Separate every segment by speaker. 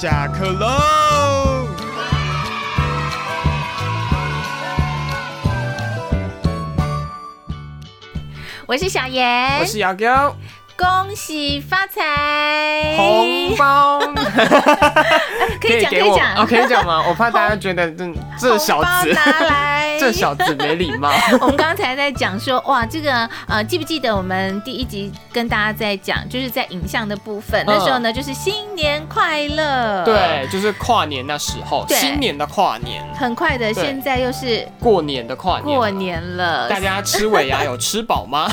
Speaker 1: 下课喽！
Speaker 2: 我是小严，
Speaker 3: 我是姚哥，
Speaker 2: 恭喜发财，
Speaker 3: 红包
Speaker 2: 哎 可以讲
Speaker 3: 给
Speaker 2: 以
Speaker 3: 我
Speaker 2: 讲，
Speaker 3: 哦，可以讲吗？我怕大家觉得这这小
Speaker 2: 红包
Speaker 3: 子
Speaker 2: 拿来，
Speaker 3: 这小子没礼 貌。
Speaker 2: 我们刚才在讲说，哇，这个呃，记不记得我们第一集跟大家在讲，就是在影像的部分，那时候呢就是新年快乐，，
Speaker 3: 嗯对，就是跨年那时候，
Speaker 2: 对
Speaker 3: 新年的跨年，
Speaker 2: 很快的，
Speaker 3: 对
Speaker 2: 现在又是
Speaker 3: 过年的跨年，
Speaker 2: 过。年了，
Speaker 3: 大家吃尾牙有吃 饱吗？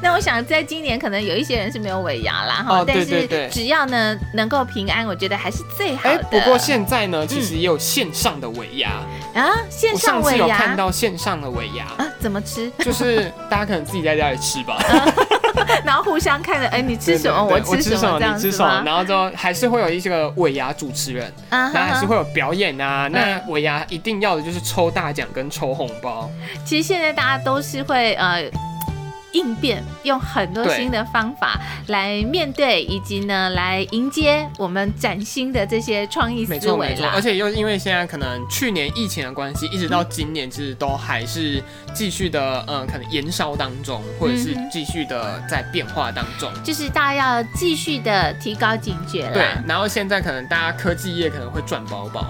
Speaker 2: 那我想在今年可能有一些人是没有尾牙啦哈，
Speaker 3: 哦
Speaker 2: 但
Speaker 3: 对
Speaker 2: 是
Speaker 3: 对对
Speaker 2: 只要呢能够平安，我觉得还是最好
Speaker 3: 哎，
Speaker 2: 的。
Speaker 3: 不过现在呢，其实也有线上的尾牙。
Speaker 2: 啊，线
Speaker 3: 我
Speaker 2: 上
Speaker 3: 上次
Speaker 2: 尾
Speaker 3: 有
Speaker 2: 牙
Speaker 3: 看到线上的尾牙，
Speaker 2: 啊，怎么吃？
Speaker 3: 就是大家可能自己在家里吃吧，
Speaker 2: 然后互相看着，哎，你 吃什么，
Speaker 3: 对对对我
Speaker 2: 吃
Speaker 3: 吃
Speaker 2: 什么，这
Speaker 3: 么，
Speaker 2: 样
Speaker 3: 你
Speaker 2: 子
Speaker 3: 吃什么
Speaker 2: 吗，？
Speaker 3: 然后之后还是会有一些个尾牙主持人，
Speaker 2: 啊
Speaker 3: 那还
Speaker 2: 哈
Speaker 3: 是
Speaker 2: 哈！
Speaker 3: 会有表演啊。
Speaker 2: 嗯
Speaker 3: 那尾牙一定要的就是抽大奖跟抽红包，
Speaker 2: 其实现在大家都是会呃。应变用很多
Speaker 3: 对
Speaker 2: 新的方法来面对，以及呢来迎接我们崭新的这些创意
Speaker 3: 没
Speaker 2: 思
Speaker 3: 错
Speaker 2: 维
Speaker 3: 没错。
Speaker 2: 啦
Speaker 3: 而。且又因为现在可能去年疫情的关系，一直到今年其实都还是继续的，呃，可能延烧当中，或者是
Speaker 2: 嗯哼
Speaker 3: 继续的在变化当中。
Speaker 2: 就是大家要继续的提高警觉
Speaker 3: 对
Speaker 2: 啦。，
Speaker 3: 然后现在可能大家科技业可能会赚饱 饱，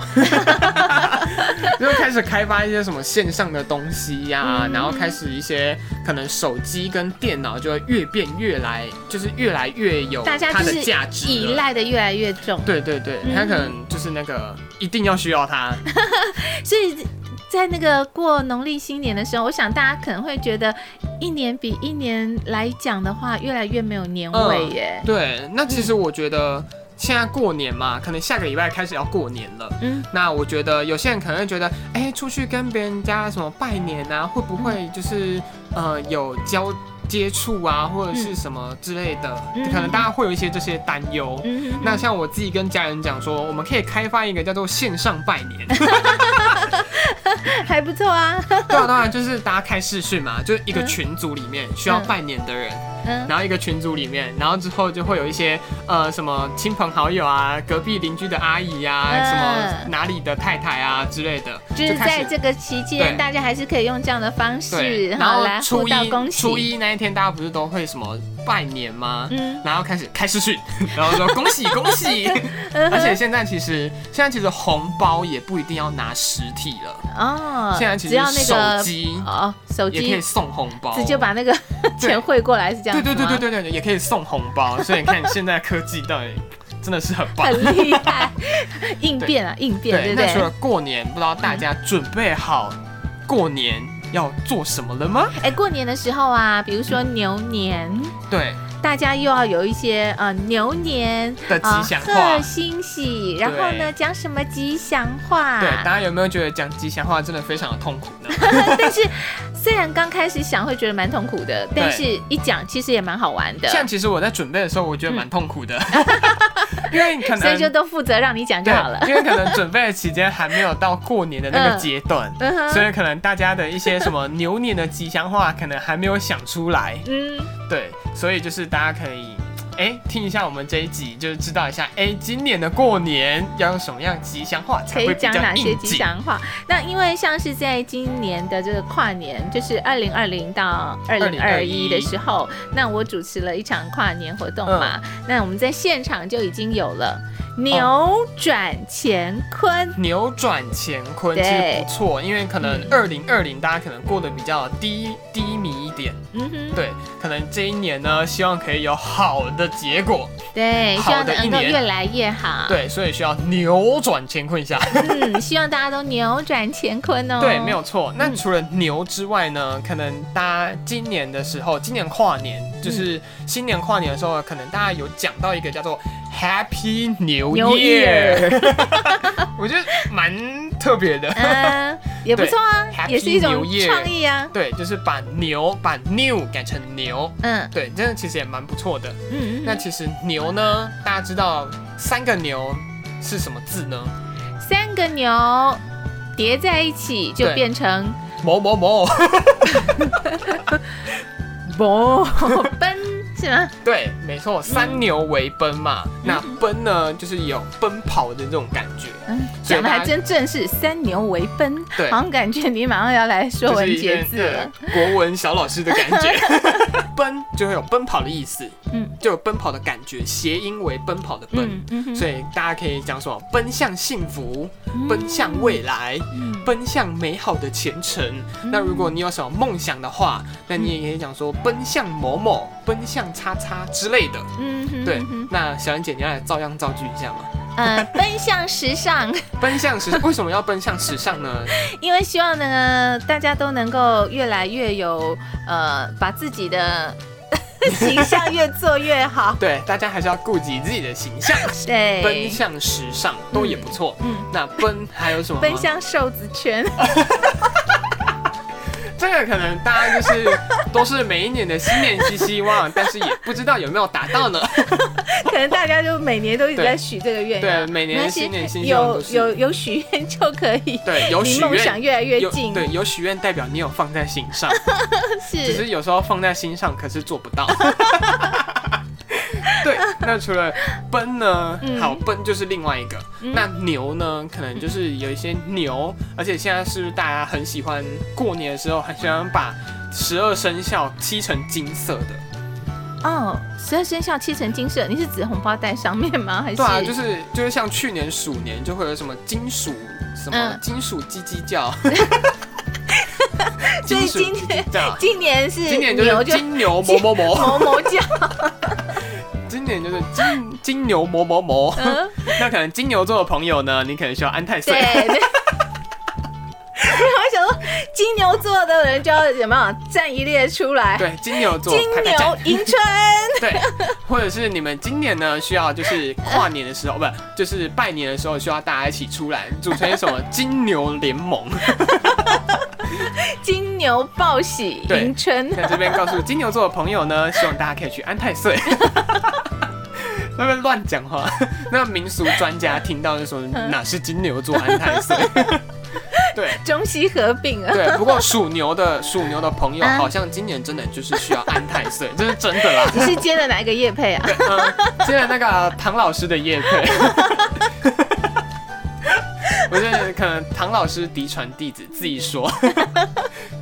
Speaker 3: 就开始开发一些什么线上的东西呀、
Speaker 2: 嗯
Speaker 3: 然后开始一些可能手机跟电脑就会越变越来，就是越来越有
Speaker 2: 大家
Speaker 3: 它
Speaker 2: 就
Speaker 3: 的
Speaker 2: 是
Speaker 3: 价值了
Speaker 2: 依赖的越来越重，
Speaker 3: 对对对，
Speaker 2: 嗯
Speaker 3: 他可能就是那个一定要需要 它，
Speaker 2: 所以在那个过农历新年的时候，我想大家可能会觉得一年比一年来讲的话，越来越没有年
Speaker 3: 嗯
Speaker 2: 味耶。
Speaker 3: 对，那其实我觉得现在过年嘛，可能下个礼拜开始要过年了。
Speaker 2: 嗯，
Speaker 3: 那我觉得有些人可能会觉得，哎、出去跟别人家什么拜年啊，会不会就是呃有交接触啊，或者是什么之类的，
Speaker 2: 嗯
Speaker 3: 可能大家会有一些这些担忧。
Speaker 2: 嗯
Speaker 3: 那像我自己跟家人讲说，我们可以开发一个叫做线上拜 年，
Speaker 2: 还不错啊。
Speaker 3: 对啊，当然就是大家开视讯嘛，就是一个
Speaker 2: 嗯
Speaker 3: 群组里面需要拜年的人，
Speaker 2: 嗯，
Speaker 3: 然后一个群组里面，然后之后就会有一些呃什么亲朋好友啊、隔壁邻居的阿姨啊、
Speaker 2: 嗯
Speaker 3: 什么哪里的太太啊之类的，
Speaker 2: 就是
Speaker 3: 开
Speaker 2: 在
Speaker 3: 始
Speaker 2: 这个期间，
Speaker 3: 对
Speaker 2: 大家还是可以用这样的方
Speaker 3: 对，
Speaker 2: 式
Speaker 3: 然
Speaker 2: 哈
Speaker 3: 后
Speaker 2: 来
Speaker 3: 初
Speaker 2: 互道
Speaker 3: 一
Speaker 2: 恭
Speaker 3: 初
Speaker 2: 喜。
Speaker 3: 一那一天，大家不是都会什么拜年吗？
Speaker 2: 嗯，
Speaker 3: 然后开始开视讯， 然后说恭喜恭 喜。
Speaker 2: 嗯
Speaker 3: 而且现在其实现在其实红包也不一定要拿实体了，
Speaker 2: 哦，
Speaker 3: 现在
Speaker 2: 只
Speaker 3: 其实
Speaker 2: 要那
Speaker 3: 手
Speaker 2: 个
Speaker 3: 机
Speaker 2: 哦手
Speaker 3: 也可以
Speaker 2: 机
Speaker 3: 送红包，
Speaker 2: 直接把那个钱汇过来，是这样
Speaker 3: 对
Speaker 2: 子
Speaker 3: 对对对
Speaker 2: 吗
Speaker 3: 对对，也可以送红包。所以你看现在科技到底真的是很棒。
Speaker 2: 很厉害，应变啊，应变，对不嗯
Speaker 3: 那除
Speaker 2: 对
Speaker 3: 了？过年，不知道大家准备好过年要做什么了吗？
Speaker 2: 哎，过年的时候啊，比如说牛年，
Speaker 3: 对
Speaker 2: 大家又要有一些呃牛年
Speaker 3: 的吉
Speaker 2: 啊
Speaker 3: 祥话
Speaker 2: 贺。新喜，然后呢
Speaker 3: 对
Speaker 2: 讲什么吉祥话？
Speaker 3: 对，大家有没有觉得讲吉祥话真的非常的痛苦呢？
Speaker 2: 但是虽然刚开始想会觉得蛮痛苦的，但是一讲其实也蛮好玩的，
Speaker 3: 像其实我在准备的时候，我觉得蛮痛苦的， 因为可能
Speaker 2: 嗯所以就都负责让你讲就
Speaker 3: 对
Speaker 2: 好了。，
Speaker 3: 因为可能准备的期间还没有到过年的那个阶段，
Speaker 2: 嗯哼
Speaker 3: 所以可能大家的一些什么牛年的吉祥话可能还没有想出来，
Speaker 2: 嗯，
Speaker 3: 对，所以就是大家可以。哎，听一下我们这一集，就是知道一下，哎，今年的过年要用什么样的吉祥话才
Speaker 2: 可
Speaker 3: 会
Speaker 2: 以
Speaker 3: 比
Speaker 2: 讲
Speaker 3: 较
Speaker 2: 哪些
Speaker 3: 应
Speaker 2: 吉
Speaker 3: 景？
Speaker 2: 祥话？那因为像是在今年的这个跨年，就是二零二零到二零二一
Speaker 3: 2021
Speaker 2: 的时候，那我主持了一场跨年活动嘛，
Speaker 3: 嗯
Speaker 2: 那我们在现场就已经有了扭转乾坤，
Speaker 3: 扭转乾坤
Speaker 2: 对
Speaker 3: 其实不错，因为可能
Speaker 2: 嗯
Speaker 3: 二零二零大家可能过得比较低低迷一点，
Speaker 2: 嗯哼，
Speaker 3: 对，可能这一年呢，希望可以有好的结果，
Speaker 2: 对，希
Speaker 3: 好
Speaker 2: 望
Speaker 3: 的
Speaker 2: 能
Speaker 3: 一
Speaker 2: 够
Speaker 3: 年
Speaker 2: 越来越好。
Speaker 3: 对，所以需要扭转乾坤一下，
Speaker 2: 嗯，希望大家都扭转乾坤哦。
Speaker 3: 对，没有错。那
Speaker 2: 嗯
Speaker 3: 除了牛之外呢，可能大家今年的时候，今年跨年
Speaker 2: 嗯
Speaker 3: 就是新年跨年的时候，可能大家有讲到一个叫做 Happy New
Speaker 2: New
Speaker 3: Year，我 觉得蛮特别的。
Speaker 2: 嗯，也不错啊，
Speaker 3: 对
Speaker 2: 也是一种
Speaker 3: Happy New Year
Speaker 2: 创意啊。
Speaker 3: 对，就是把牛把 new 改成牛，
Speaker 2: 嗯
Speaker 3: 对，真的其实也蛮不错的。
Speaker 2: 嗯，
Speaker 3: 那其实牛呢，大家知道三个牛是什么字呢？
Speaker 2: 三个牛叠在一起就
Speaker 3: 对
Speaker 2: 变成
Speaker 3: 某某某，
Speaker 2: 伯 奔是吗？
Speaker 3: 对，没错，三牛为奔嘛。那奔呢，就是有奔跑的这种感觉。
Speaker 2: 嗯，
Speaker 3: 所以
Speaker 2: 讲的
Speaker 3: 大家
Speaker 2: 还真正是三牛为奔，
Speaker 3: 对
Speaker 2: 好像感觉你马上要来说文解字
Speaker 3: 就是一个
Speaker 2: 了。
Speaker 3: 呃国文小老师的感觉。 奔就会有奔跑的意思，
Speaker 2: 嗯
Speaker 3: 嗯，就有奔跑的感觉，谐音为奔跑的奔。
Speaker 2: 嗯嗯哼，
Speaker 3: 所以大家可以讲什么？奔向幸福，奔向未来，
Speaker 2: 嗯，嗯
Speaker 3: 奔向美好的前程。那如果你有什么梦想的话，那你也可以讲说奔向某某，奔向叉叉之类的。
Speaker 2: 嗯哼
Speaker 3: 对
Speaker 2: 嗯哼，
Speaker 3: 那小恩姐，你要来照样造句一下吗？
Speaker 2: 呃，奔向时尚，
Speaker 3: 奔向时尚，为什么要奔向时尚呢？
Speaker 2: 因为希望呢大家都能够越来越有呃，把自己的 形象越做越好。
Speaker 3: 对，大家还是要顾及自己的形象，
Speaker 2: 对，
Speaker 3: 奔向时尚都也不错。
Speaker 2: 哎嗯，
Speaker 3: 那奔还有什么吗？
Speaker 2: 奔向瘦子圈。
Speaker 3: 这个可能大家就是都是每一年的新年新希望，但是也不知道有没有达到
Speaker 2: 哎
Speaker 3: 呢。
Speaker 2: 可能大家就每年都一直在许这个愿啊
Speaker 3: 对每年
Speaker 2: 没关系
Speaker 3: 新年新希望
Speaker 2: 有
Speaker 3: 都是
Speaker 2: 有有许愿就可以，
Speaker 3: 对，有
Speaker 2: 离
Speaker 3: 许
Speaker 2: 梦想
Speaker 3: 愿，
Speaker 2: 越来越
Speaker 3: 有
Speaker 2: 近。
Speaker 3: 对，有许愿代表你有放在心上，只
Speaker 2: 是
Speaker 3: 是有时候放在心上，可是做不 到。对，那除了奔呢
Speaker 2: 嗯？
Speaker 3: 好，奔就是另外一个。
Speaker 2: 嗯
Speaker 3: 那牛呢？可能就是有一些牛，而且现在是不是大家很喜欢过年的时候很喜欢把十二生肖漆成金色的？
Speaker 2: 哦，十二生肖七成金色，你是指红包袋上面吗？还是
Speaker 3: 对啊，就是就是像去年鼠年就会有什么金属什么
Speaker 2: 嗯
Speaker 3: 金属叽叽 叫，
Speaker 2: 所以
Speaker 3: 金属
Speaker 2: 今
Speaker 3: 叽
Speaker 2: 年
Speaker 3: 叽叫，
Speaker 2: 今年是
Speaker 3: 今年就
Speaker 2: 牛
Speaker 3: 是
Speaker 2: 就
Speaker 3: 金牛某某 某，
Speaker 2: 某某奖，
Speaker 3: 今年就是 金金牛某某某。
Speaker 2: 嗯，
Speaker 3: 那可能金牛座的朋友呢，你可能需要安太岁
Speaker 2: 对。对。然后想说金牛座的人就要有没有站一列出来？
Speaker 3: 对，金牛座
Speaker 2: 金
Speaker 3: 拍拍
Speaker 2: 牛
Speaker 3: 站，
Speaker 2: 迎春，
Speaker 3: 对，或者是你们今年呢，需要就是跨年的时候，不就是拜年的时候，需要大家一起出来组成什么金牛 联盟。
Speaker 2: 金牛报喜
Speaker 3: 对
Speaker 2: 迎春。
Speaker 3: 在这边告诉金牛座的朋友呢，希望大家可以去安太岁。 那边乱讲话， 那民俗专家听到就说
Speaker 2: 嗯
Speaker 3: 哪是金牛座安太岁？对
Speaker 2: 中西合并啊了。
Speaker 3: 对，不过属牛的属牛的朋友
Speaker 2: 啊
Speaker 3: 好像今年真的就是需要安太岁，这是真 的啦。
Speaker 2: 你是接了哪一个叶配啊？
Speaker 3: 嗯，接了那个唐老师的夜配， 我觉得可能唐老师嫡传弟子自 己说。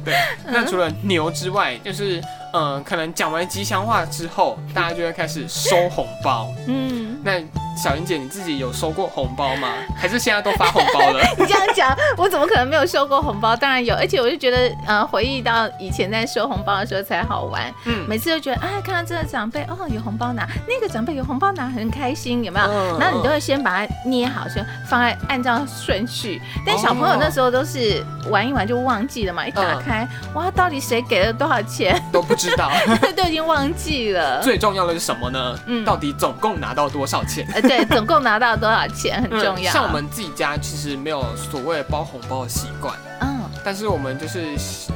Speaker 3: 对，那除了牛之外，就是嗯、呃可能讲完吉祥话之后，大家就会开始收红包。
Speaker 2: 嗯，
Speaker 3: 那小英姐，你自己有收过红包吗？还是现在都发红包了？
Speaker 2: 你这样讲，我怎么可能没有收过红包？当然有，而且我就觉得，呃，回忆到以前在收红包的时候才好玩。
Speaker 3: 嗯
Speaker 2: 每次都觉得，啊，看到这个长辈，哦，有红包拿；那个长辈有红包拿，很开心，有没有？
Speaker 3: 嗯
Speaker 2: 然后啊你都会先把它捏好，先放在按照顺序。但小朋友那时候都是玩一玩就忘记了嘛，
Speaker 3: 嗯
Speaker 2: 一打开，哇，到底谁给了多少 钱，
Speaker 3: 都不知 道。
Speaker 2: 都已经忘记了。
Speaker 3: 最重要的是什么呢？
Speaker 2: 嗯
Speaker 3: 到底总共拿到多少钱？
Speaker 2: 呃，对，总共拿到多少钱很嗯重要。
Speaker 3: 嗯像我，们自己家其实没有所谓包红包的习惯。
Speaker 2: 嗯，
Speaker 3: 但是我们就是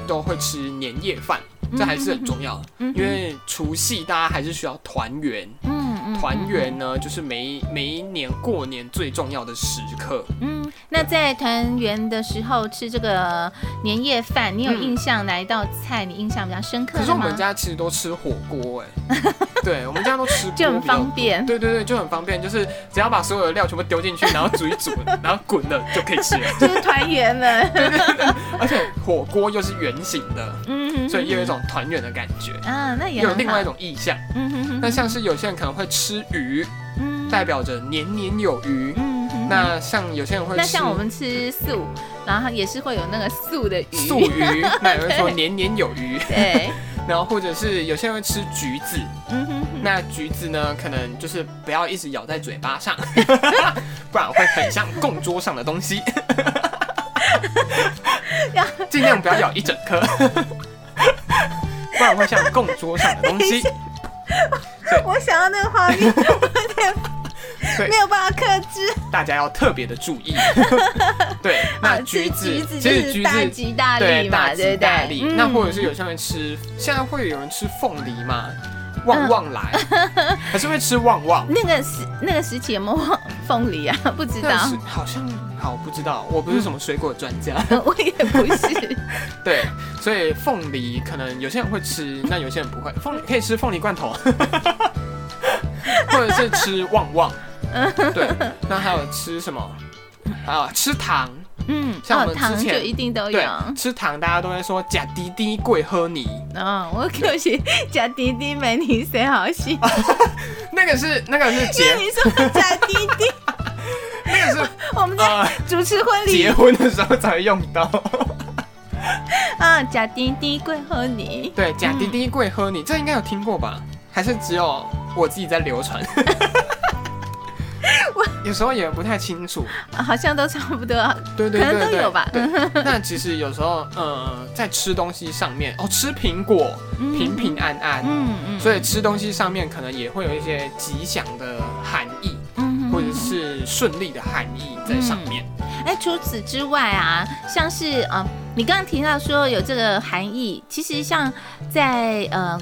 Speaker 3: 都会吃年夜饭，这还是很重要的，
Speaker 2: 嗯哼
Speaker 3: 因为除夕大家还是需要团圆。
Speaker 2: 嗯嗯
Speaker 3: 团圆呢，就是每一每一年过年最重要的时刻。
Speaker 2: 嗯，那在团圆的时候吃这个年夜饭，你有
Speaker 3: 嗯
Speaker 2: 印象哪一道菜你印象比较深刻
Speaker 3: 可
Speaker 2: 的吗？
Speaker 3: 是我们家其实都吃火锅， 哎，对，我们家都吃锅
Speaker 2: 就很
Speaker 3: 比较
Speaker 2: 方。便。
Speaker 3: 对对对，就很方便，就是只要把所有的料全部丢进去，然后煮一煮，然后滚了就可以吃了。
Speaker 2: 就是团圆 了，
Speaker 3: 而且火锅又是圆形的，
Speaker 2: 嗯，
Speaker 3: 所以也有一种团圆的感觉，
Speaker 2: 啊，那也
Speaker 3: 也
Speaker 2: 很
Speaker 3: 有
Speaker 2: 好
Speaker 3: 另外一，种意象。
Speaker 2: 嗯哼哼，
Speaker 3: 那像是有些人可能会吃鱼，
Speaker 2: 嗯
Speaker 3: 代，表着年年有余。
Speaker 2: 嗯哼哼
Speaker 3: 那像有些人会吃
Speaker 2: 那像我们吃素，然后也是会有那个素的鱼，
Speaker 3: 素鱼，那有人说年年有余，
Speaker 2: 对，
Speaker 3: 然后或者是有些人会吃橘子，
Speaker 2: 嗯哼哼，
Speaker 3: 那橘子呢，可能就是不要一直咬在嘴 巴上，不然会很像供桌上的东西。尽量不要咬一整 颗，不然会像供桌上的东西。
Speaker 2: 我想到那个 画面，
Speaker 3: 对
Speaker 2: 没有办法克制，
Speaker 3: 大家要特别的注 意。对，那橘子，
Speaker 2: 啊橘子
Speaker 3: 其
Speaker 2: 就
Speaker 3: 实
Speaker 2: 是
Speaker 3: 橘
Speaker 2: 大
Speaker 3: 子
Speaker 2: 吉大利
Speaker 3: 对，
Speaker 2: 嘛，对
Speaker 3: 大
Speaker 2: 嗯
Speaker 3: 吉
Speaker 2: 不
Speaker 3: 大
Speaker 2: 对
Speaker 3: 利。？那或者是有些人吃，现在会有人吃凤梨吗？
Speaker 2: 嗯
Speaker 3: 旺 旺来，还是会吃旺旺？
Speaker 2: 那个时那个时期有没有凤梨啊？不知道
Speaker 3: 但是好像啊，我不知道，我不是什么水果专家。
Speaker 2: 我也不 是，
Speaker 3: 对，所以凤梨可能有些人会吃，那有些人不会。凤梨可以吃凤梨 罐头，或者是吃旺旺。
Speaker 2: 嗯
Speaker 3: 对，那还有吃什么？还有吃糖，
Speaker 2: 嗯，
Speaker 3: 像我
Speaker 2: 哦，
Speaker 3: 们
Speaker 2: 糖
Speaker 3: 之前
Speaker 2: 就一定都有
Speaker 3: 对。，吃糖大家都会说假滴滴贵喝泥，
Speaker 2: 嗯，我就是假滴滴没你谁好戏，
Speaker 3: 啊那个是那个是
Speaker 2: 因为
Speaker 3: 结
Speaker 2: 你说假滴滴，
Speaker 3: 那 个是
Speaker 2: 我们在
Speaker 3: 呃
Speaker 2: 主持婚礼
Speaker 3: 结婚的时候才会用 到。
Speaker 2: 啊，假滴滴贵和你，
Speaker 3: 对，假滴滴贵喝你，这应该有听过吧？还是只有我自己在流 传？有时候也不太清楚，
Speaker 2: 啊好像都差不多，
Speaker 3: 对对
Speaker 2: 可能
Speaker 3: 对
Speaker 2: 都
Speaker 3: 对
Speaker 2: 有吧
Speaker 3: 对，那其实有时候，呃，在吃东西上面，哦，吃苹果，
Speaker 2: 嗯
Speaker 3: 平平安安，
Speaker 2: 嗯嗯，
Speaker 3: 所以吃东西上面可能也会有一些吉祥的含义，
Speaker 2: 嗯
Speaker 3: 或者是顺利的含义在上面。
Speaker 2: 哎，除此之外啊，像是呃，你刚刚提到说有这个含义，其实像在呃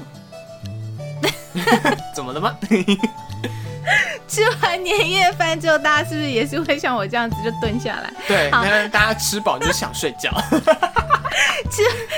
Speaker 3: 怎么了 吗？
Speaker 2: 吃完年夜饭之后，大家是不是也是会像我这样子就蹲下来？
Speaker 3: 对，
Speaker 2: 好
Speaker 3: 那大家吃饱就想睡 觉，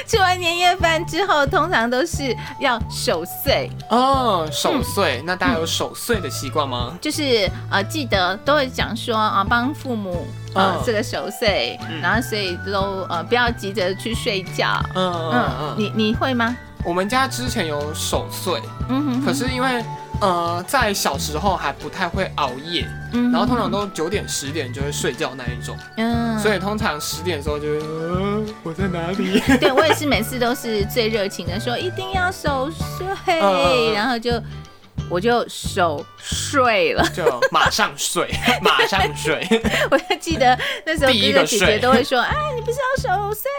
Speaker 2: 吃完年夜饭之后，通常都是要守岁，
Speaker 3: 哦，守岁，那大家有守岁的习惯吗？
Speaker 2: 就是呃记得都会讲说啊，帮父母呃、
Speaker 3: 嗯
Speaker 2: 这个守岁，
Speaker 3: 嗯
Speaker 2: 然后所以都呃不要急着去睡觉。
Speaker 3: 嗯嗯
Speaker 2: 嗯，
Speaker 3: 嗯，
Speaker 2: 你你会吗？
Speaker 3: 我们家之前有守岁，
Speaker 2: 嗯哼哼
Speaker 3: 可是因为呃，在小时候还不太会熬夜，
Speaker 2: 嗯哼
Speaker 3: 然后通常都九点十点就会睡觉那一种，
Speaker 2: 嗯，
Speaker 3: 所以通常十点的时候就会，呃，我在哪里？
Speaker 2: 对我也是每次都是最热情的说一定要守岁，
Speaker 3: 嗯
Speaker 2: 然后就我就守睡了。
Speaker 3: 就马上 睡，马上 睡。
Speaker 2: 我就记得那时候
Speaker 3: 第一
Speaker 2: 哥
Speaker 3: 个
Speaker 2: 哥姐姐
Speaker 3: 睡
Speaker 2: 都会说：“哎，你不是要守岁？”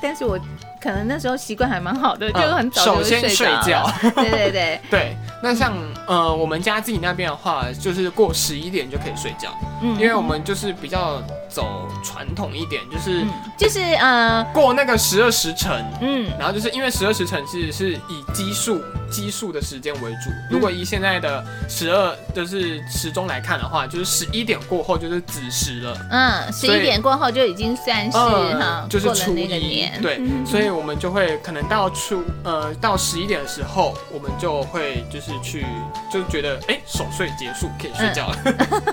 Speaker 2: 但是我可能那时候习惯还蛮好的，就很早就
Speaker 3: 嗯首
Speaker 2: 会
Speaker 3: 先
Speaker 2: 睡
Speaker 3: 睡
Speaker 2: 着了
Speaker 3: 觉。。
Speaker 2: 对对对，
Speaker 3: 对，那像呃我们家自己那边的话，就是过十一点就可以睡觉，
Speaker 2: 嗯，
Speaker 3: 因为我们就是比较走传统一点，就是
Speaker 2: 嗯就是呃
Speaker 3: 过那个十二时辰。
Speaker 2: 嗯
Speaker 3: 然后就是因为十二时辰是是以奇数奇数的时间为主，
Speaker 2: 嗯
Speaker 3: 如果以现在的十二就是时钟来看的话，就是十一点过后就是子时了，
Speaker 2: 嗯，十
Speaker 3: 所
Speaker 2: 一
Speaker 3: 以
Speaker 2: 点过后就已经算是
Speaker 3: 嗯
Speaker 2: 哈
Speaker 3: 就是
Speaker 2: 过了
Speaker 3: 初
Speaker 2: 那个
Speaker 3: 一
Speaker 2: 年，，
Speaker 3: 对，
Speaker 2: 嗯
Speaker 3: 所以我们就会可能到初呃到十一点的时候，我们就会就是去就觉得哎、守岁结束可以睡觉了，对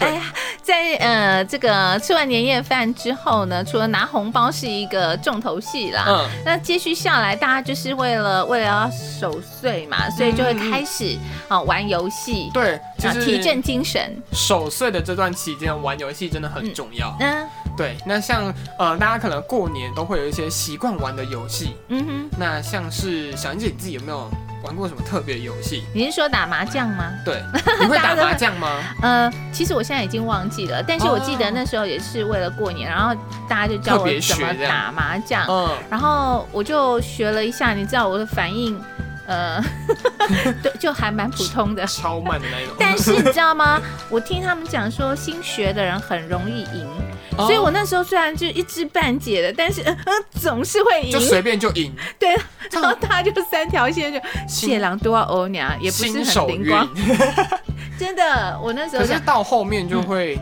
Speaker 2: 哎呀，在呃这个吃完年夜饭之后呢，除了拿红包是一个重头戏啦，
Speaker 3: 嗯，
Speaker 2: 那接续下来，大家就是为了为了要守岁嘛，所以就会
Speaker 3: 嗯
Speaker 2: 开始啊、玩游戏，
Speaker 3: 对，其
Speaker 2: 啊提振
Speaker 3: 实
Speaker 2: 精神。
Speaker 3: 守岁的这段期间玩游戏真的很重要，
Speaker 2: 嗯
Speaker 3: 对，那像呃大家可能过年都会有一些习惯玩的游戏，
Speaker 2: 嗯哼，
Speaker 3: 那像是小英姐你自己有没有玩过什么特别的游戏？
Speaker 2: 你是说打麻将吗？
Speaker 3: 对，你会打
Speaker 2: 大家都
Speaker 3: 麻将吗？
Speaker 2: 呃，其实我现在已经忘记了，但是我记得那时候也是为了过年，然后大家就教
Speaker 3: 特
Speaker 2: 我
Speaker 3: 别学
Speaker 2: 怎么
Speaker 3: 这样
Speaker 2: 打麻将，
Speaker 3: 嗯，
Speaker 2: 然后我就学了一下，你知道我的反应， 呃，对，就还蛮普通 的。
Speaker 3: 超慢的那一种，
Speaker 2: 但是你知道吗？我听他们讲说，新学的人很容易赢，所以我那时候虽然就一知半解的，但是 呃呃总是会
Speaker 3: 就
Speaker 2: 赢。
Speaker 3: 随便就赢，
Speaker 2: 对，
Speaker 3: 这
Speaker 2: 然后
Speaker 3: 样
Speaker 2: 他就三条线就谢狼多欧娘，也不是
Speaker 3: 新
Speaker 2: 很
Speaker 3: 手
Speaker 2: 灵
Speaker 3: 运。
Speaker 2: 光。真的，我那时候
Speaker 3: 可是
Speaker 2: 想，嗯
Speaker 3: 到后面就会、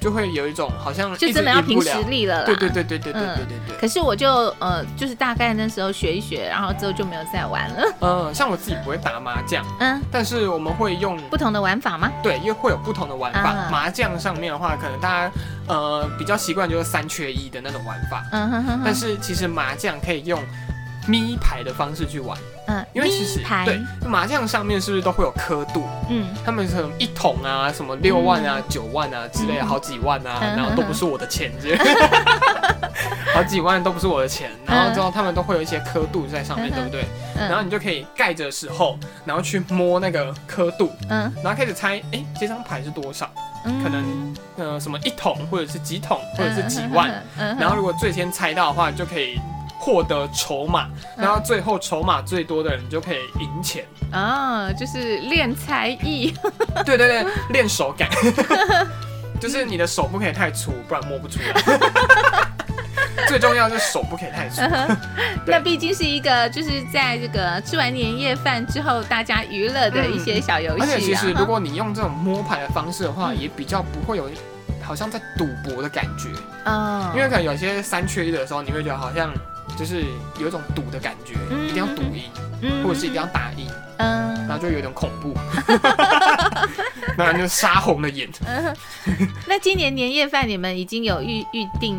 Speaker 3: 就会有一种好像
Speaker 2: 就
Speaker 3: 一直
Speaker 2: 真的要嗯
Speaker 3: 赢
Speaker 2: 凭
Speaker 3: 不
Speaker 2: 实
Speaker 3: 了。
Speaker 2: 力了啦。
Speaker 3: 对对对对对对对对对。
Speaker 2: 可是我就呃，就是大概那时候学一学，然后之后就没有再玩了。
Speaker 3: 嗯，像我自己不会打麻将，
Speaker 2: 嗯，
Speaker 3: 但是我们会用
Speaker 2: 不同的玩法吗？
Speaker 3: 对，因为会有不同的玩法。
Speaker 2: 啊
Speaker 3: 麻将上面的话，可能大家呃比较习惯就是三缺一的那种玩法，
Speaker 2: 嗯哼哼哼。
Speaker 3: 但是其实麻将可以用咪牌的方式去玩，
Speaker 2: 嗯，
Speaker 3: 因为其实
Speaker 2: 咪牌，
Speaker 3: 对麻将上面是不是都会有刻度？
Speaker 2: 嗯
Speaker 3: 他们什么一桶啊，什么六万啊、九、万啊之类的，
Speaker 2: 嗯
Speaker 3: 好几万啊，
Speaker 2: 嗯
Speaker 3: 然后都不是我 的钱， 这样好几万都不是我的钱，然后之后他们都会有一些刻度在上面，
Speaker 2: 嗯
Speaker 3: 对不对？然后
Speaker 2: 嗯
Speaker 3: 你就可以盖着的时候，然后去摸那个刻度，
Speaker 2: 嗯
Speaker 3: 然后开始猜，哎、这张牌是多少？
Speaker 2: 嗯，
Speaker 3: 可能呃，什么一桶或者是几桶或者是几
Speaker 2: 嗯
Speaker 3: 万，，
Speaker 2: 嗯哼
Speaker 3: 然后如果最先猜到的话，就可以获得筹码，
Speaker 2: 嗯
Speaker 3: 然后最后筹码最多的人就可以赢 钱。
Speaker 2: 啊、就是练才艺，
Speaker 3: 对对对，练手感，就是你的手不可以太粗，不然摸不出来。 最重要就是手不可以太粗。 对
Speaker 2: 那毕竟是一个就是在这个吃完年夜饭之后大家娱
Speaker 3: 嗯
Speaker 2: 乐的一些小游戏、啊嗯
Speaker 3: 而且其实如果你用这种摸牌的方式的话，也比较不会有好像在赌博的感觉，
Speaker 2: 嗯，
Speaker 3: 因为可能有些三缺一的时候，你会觉得好像就是有一种赌的感觉，
Speaker 2: 嗯
Speaker 3: 一定要赌赢，
Speaker 2: 嗯
Speaker 3: 或者是一定要打赢，然后
Speaker 2: 嗯，
Speaker 3: 就有点恐怖， 那就杀红了眼。
Speaker 2: 那今年年夜饭你们已经有预预定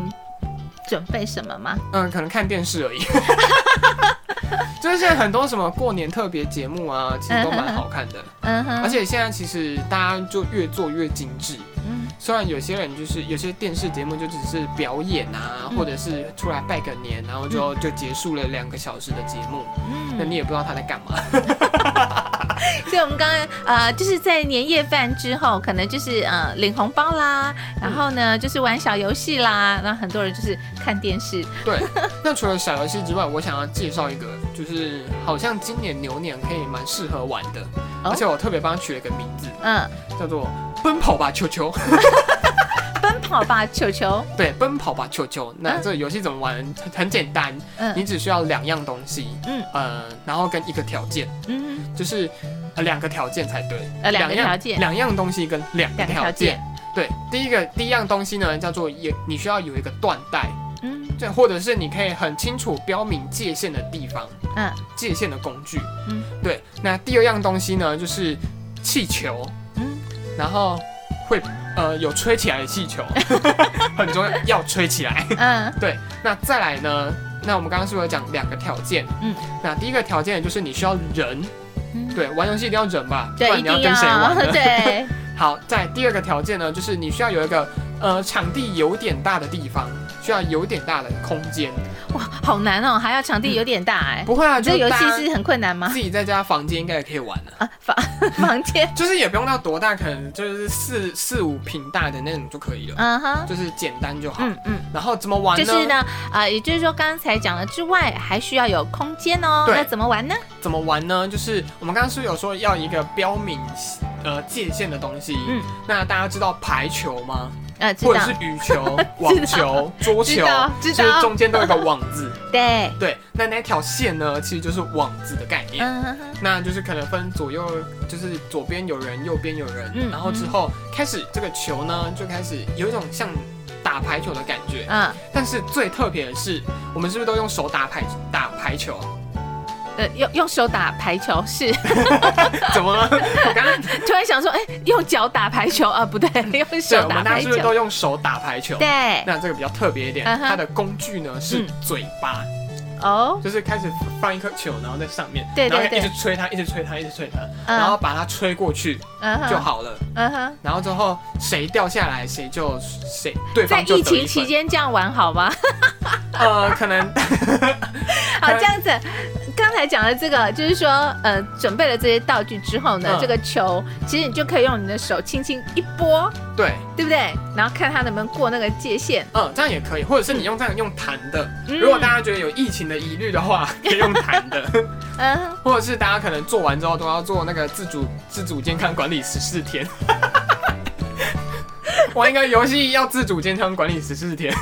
Speaker 2: 准备什么吗？
Speaker 3: 嗯，可能看电视而已。 就是现在很多什么过年特别节目啊，其实都蛮好看的。
Speaker 2: 嗯哼，
Speaker 3: 而且现在其实大家就越做越精致，
Speaker 2: 嗯
Speaker 3: 虽然有些人就是有些电视节目就只是表演啊，
Speaker 2: 嗯
Speaker 3: 或者是出来拜个年，然后就就结束了两个小时的节目，那
Speaker 2: 嗯，
Speaker 3: 你也不知道他在干嘛。
Speaker 2: 所以我们刚刚呃就是在年夜饭之后，可能就是呃领红包啦，然后呢就是玩小游戏啦，然后很多人就是看电视，
Speaker 3: 对，那除了小游戏之外，我想要介绍一个，就是好像今年牛年可以蛮适合玩的，
Speaker 2: 哦
Speaker 3: 而且我特别帮他取了一个名字，
Speaker 2: 嗯，
Speaker 3: 叫做“奔跑吧球球”。
Speaker 2: 奔跑吧球球，
Speaker 3: 对，奔跑吧球球。那
Speaker 2: 嗯
Speaker 3: 这个游戏怎么玩？很很简单，你
Speaker 2: 嗯
Speaker 3: 只需要两样东西，
Speaker 2: 嗯
Speaker 3: 呃，然后跟一个条件，
Speaker 2: 嗯，
Speaker 3: 就是呃两个条件才对。
Speaker 2: 呃两个
Speaker 3: 样
Speaker 2: 条件，
Speaker 3: 两样东西跟两个
Speaker 2: 两个
Speaker 3: 条
Speaker 2: 条
Speaker 3: 件
Speaker 2: 件。
Speaker 3: 对，第一个第一样东西呢，叫做有你需要有一个缎带，
Speaker 2: 嗯
Speaker 3: 对，或者是你可以很清楚标明界限的地方，
Speaker 2: 嗯
Speaker 3: 界限的工具。
Speaker 2: 嗯，
Speaker 3: 对。那第二样东西呢，就是气球，
Speaker 2: 嗯
Speaker 3: 然后会呃有吹起来的气 球，很重要，要吹起来。
Speaker 2: 嗯
Speaker 3: 对，那再来呢？那我们刚刚是不是有讲两个条件？
Speaker 2: 嗯，
Speaker 3: 那第一个条件就是你需要人，
Speaker 2: 嗯，
Speaker 3: 对，玩游戏一定要人吧，不
Speaker 2: 对，
Speaker 3: 然
Speaker 2: 一
Speaker 3: 你要
Speaker 2: 定啊
Speaker 3: 跟谁 玩呢？
Speaker 2: 对，
Speaker 3: 好，再第二个条件呢，就是你需要有一个呃场地有点大的地方，需要有点大的空间。
Speaker 2: 哇，好难哦，还要场地有点大 哎、
Speaker 3: 不会啊，就
Speaker 2: 这
Speaker 3: 是
Speaker 2: 游戏
Speaker 3: 大家
Speaker 2: 是很困难吗？
Speaker 3: 自己在家房间应该也可以玩的、
Speaker 2: 啊，房 房间，
Speaker 3: 就是也不用到多大，可能就是四四五平大的那种就可以了，
Speaker 2: 嗯哼，
Speaker 3: 就是简单就好。
Speaker 2: 嗯嗯。
Speaker 3: 然后怎么玩
Speaker 2: 就
Speaker 3: 呢？
Speaker 2: 是呢，呃，也就是说刚才讲了之外，还需要有空间哦。
Speaker 3: 对
Speaker 2: 那怎么玩呢？
Speaker 3: 怎么玩呢？就是我们刚刚是不是有说要一个标明呃界限的东西。
Speaker 2: 嗯，
Speaker 3: 那大家知道排球吗？
Speaker 2: 呃， 知
Speaker 3: 或者
Speaker 2: 道
Speaker 3: 是，羽球、网球、桌球
Speaker 2: 知道，
Speaker 3: 就
Speaker 2: 知
Speaker 3: 是
Speaker 2: 道
Speaker 3: 中间都有一个网字。
Speaker 2: 对，
Speaker 3: 对，那那条线呢，其实就是网字的概念。
Speaker 2: 嗯哼哼，
Speaker 3: 那就是可能分左右，就是左边有人，右边有人，
Speaker 2: 嗯
Speaker 3: 然后之后开始这个球呢，就开始有一种像打排球的感觉。
Speaker 2: 嗯，
Speaker 3: 但是最特别的是，我们是不是都用手打排打 排球？
Speaker 2: 呃，用用手打排球 是，
Speaker 3: 怎么了？我刚刚
Speaker 2: 突然想说，哎，用脚打排球啊，不对，用
Speaker 3: 对，
Speaker 2: 手
Speaker 3: 我
Speaker 2: 打
Speaker 3: 们大家
Speaker 2: 排
Speaker 3: 是
Speaker 2: 球
Speaker 3: 不是，都用手打排球？
Speaker 2: 对，
Speaker 3: 那这个比较特别一点，
Speaker 2: 嗯哼
Speaker 3: 它的工具呢是嘴巴，
Speaker 2: 哦，
Speaker 3: 就是开始放一颗球，然后在上面，
Speaker 2: 对对
Speaker 3: 然后
Speaker 2: 对
Speaker 3: 一直吹它，一直吹它，一直吹它，然后
Speaker 2: 嗯
Speaker 3: 把它吹过去
Speaker 2: 嗯
Speaker 3: 就
Speaker 2: 哼，
Speaker 3: 好了。
Speaker 2: 嗯哼，
Speaker 3: 然后之后谁掉下来，谁就谁对
Speaker 2: 在
Speaker 3: 方就
Speaker 2: 疫
Speaker 3: 得一
Speaker 2: 情期，
Speaker 3: 分
Speaker 2: 间这样玩好 吗？
Speaker 3: 呃，可能
Speaker 2: 好，这样子，刚才讲的这个就是说，呃，准备了这些道具之后呢，
Speaker 3: 嗯
Speaker 2: 这个球其实你就可以用你的手轻轻一拨，
Speaker 3: 对，
Speaker 2: 对不对？然后看它能不能过那个界限。
Speaker 3: 嗯，这样也可以，或者是你用这样用弹的。
Speaker 2: 嗯
Speaker 3: 如果大家觉得有疫情的疑虑的话，可以用 弹的，
Speaker 2: 嗯，
Speaker 3: 或者是大家可能做完之后都要做那个自主自主健康管理十四天。 玩一个游戏要自主健康管理十四天，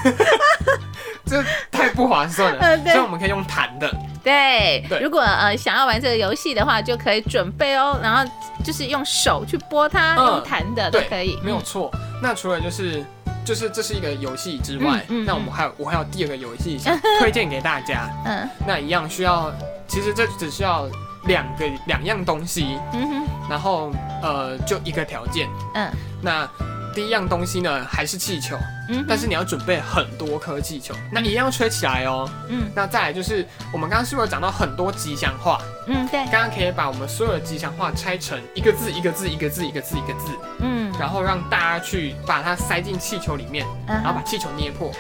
Speaker 3: 这太不划算了。
Speaker 2: 嗯对
Speaker 3: 所以我们可以用弹的，
Speaker 2: 对。
Speaker 3: 对
Speaker 2: 如果呃想要玩这个游戏的话，就可以准备哦，然后就是用手去拨它，
Speaker 3: 嗯
Speaker 2: 用弹的都
Speaker 3: 对
Speaker 2: 可以。
Speaker 3: 没有错。
Speaker 2: 嗯
Speaker 3: 那除了就是就是这是一个游戏之外，
Speaker 2: 嗯嗯
Speaker 3: 那我们还有我还有第二个游戏想推荐给大 家。
Speaker 2: 嗯
Speaker 3: 那一样需要，其实这只需要两个两样东西，
Speaker 2: 嗯哼
Speaker 3: 然后呃就一个条件。
Speaker 2: 嗯
Speaker 3: 那第一样东西呢还是气球，
Speaker 2: 嗯哼，
Speaker 3: 但是你要准备很多颗气球，那一定要吹起来哦。
Speaker 2: 嗯
Speaker 3: 那再来就是我们刚刚是不是有讲到很多吉祥话？
Speaker 2: 嗯对，
Speaker 3: 刚刚可以把我们所有的吉祥话拆成一个字一个字一个字一个字一个字，
Speaker 2: 嗯
Speaker 3: 然后让大家去把它塞进气球里面，
Speaker 2: 嗯
Speaker 3: 然后把
Speaker 2: 哼
Speaker 3: 气球捏 破，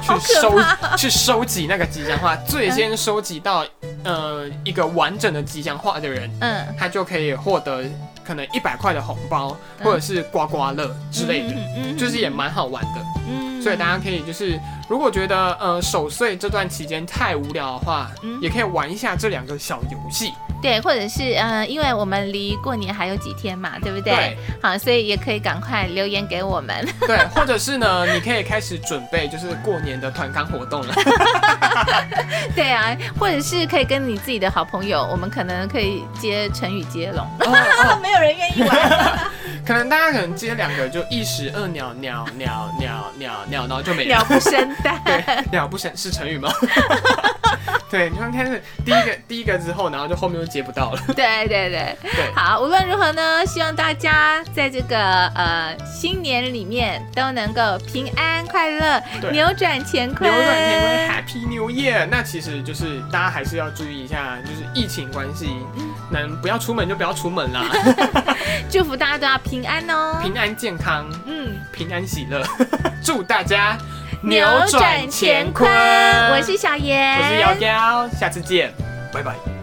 Speaker 3: 去收 去收集那个吉祥话，最先收集到呃一个完整的吉祥话的人，
Speaker 2: 嗯
Speaker 3: 他就可以获得可能一百块的红包，
Speaker 2: 嗯
Speaker 3: 或者是刮刮乐之类的，
Speaker 2: 嗯嗯
Speaker 3: 就是也蛮好玩的。
Speaker 2: 嗯
Speaker 3: 所以大家可以就是，如果觉得呃守岁这段期间太无聊的话
Speaker 2: 嗯，
Speaker 3: 也可以玩一下这两个小游戏。
Speaker 2: 对，或者是呃，因为我们离过年还有几天嘛，对不对？
Speaker 3: 对
Speaker 2: 好，所以也可以赶快留言给我们。
Speaker 3: 对，或者是呢，你可以开始准备就是过年的团康 活动了。
Speaker 2: 对啊，或者是可以跟你自己的好朋友，我们可能可以接成语接龙。
Speaker 3: 哦哦
Speaker 2: 没有人愿意玩。
Speaker 3: 可能大家可能接两个就一石二鸟，鸟鸟鸟鸟鸟，然后就没了
Speaker 2: 鸟。不生蛋。
Speaker 3: 对，鸟不生是成语吗？ 对，你看开始第一个第一个之后，然后就后面就接 不到了。
Speaker 2: 对对 对，
Speaker 3: 对
Speaker 2: 好，无论如何呢，希望大家在这个呃新年里面都能够平安快乐，
Speaker 3: 对
Speaker 2: 扭转乾坤。
Speaker 3: 扭转乾坤，Happy New Year！那其实就是大家还是要注意一下，就是疫情关系，能不要出门就不要出门啦，
Speaker 2: 祝福大家都要平安哦。
Speaker 3: 平安健康，
Speaker 2: 嗯，
Speaker 3: 平安喜乐， 祝大家
Speaker 2: 我是小
Speaker 3: 我
Speaker 2: 妍，
Speaker 3: 是瑶瑶，下次见，拜拜。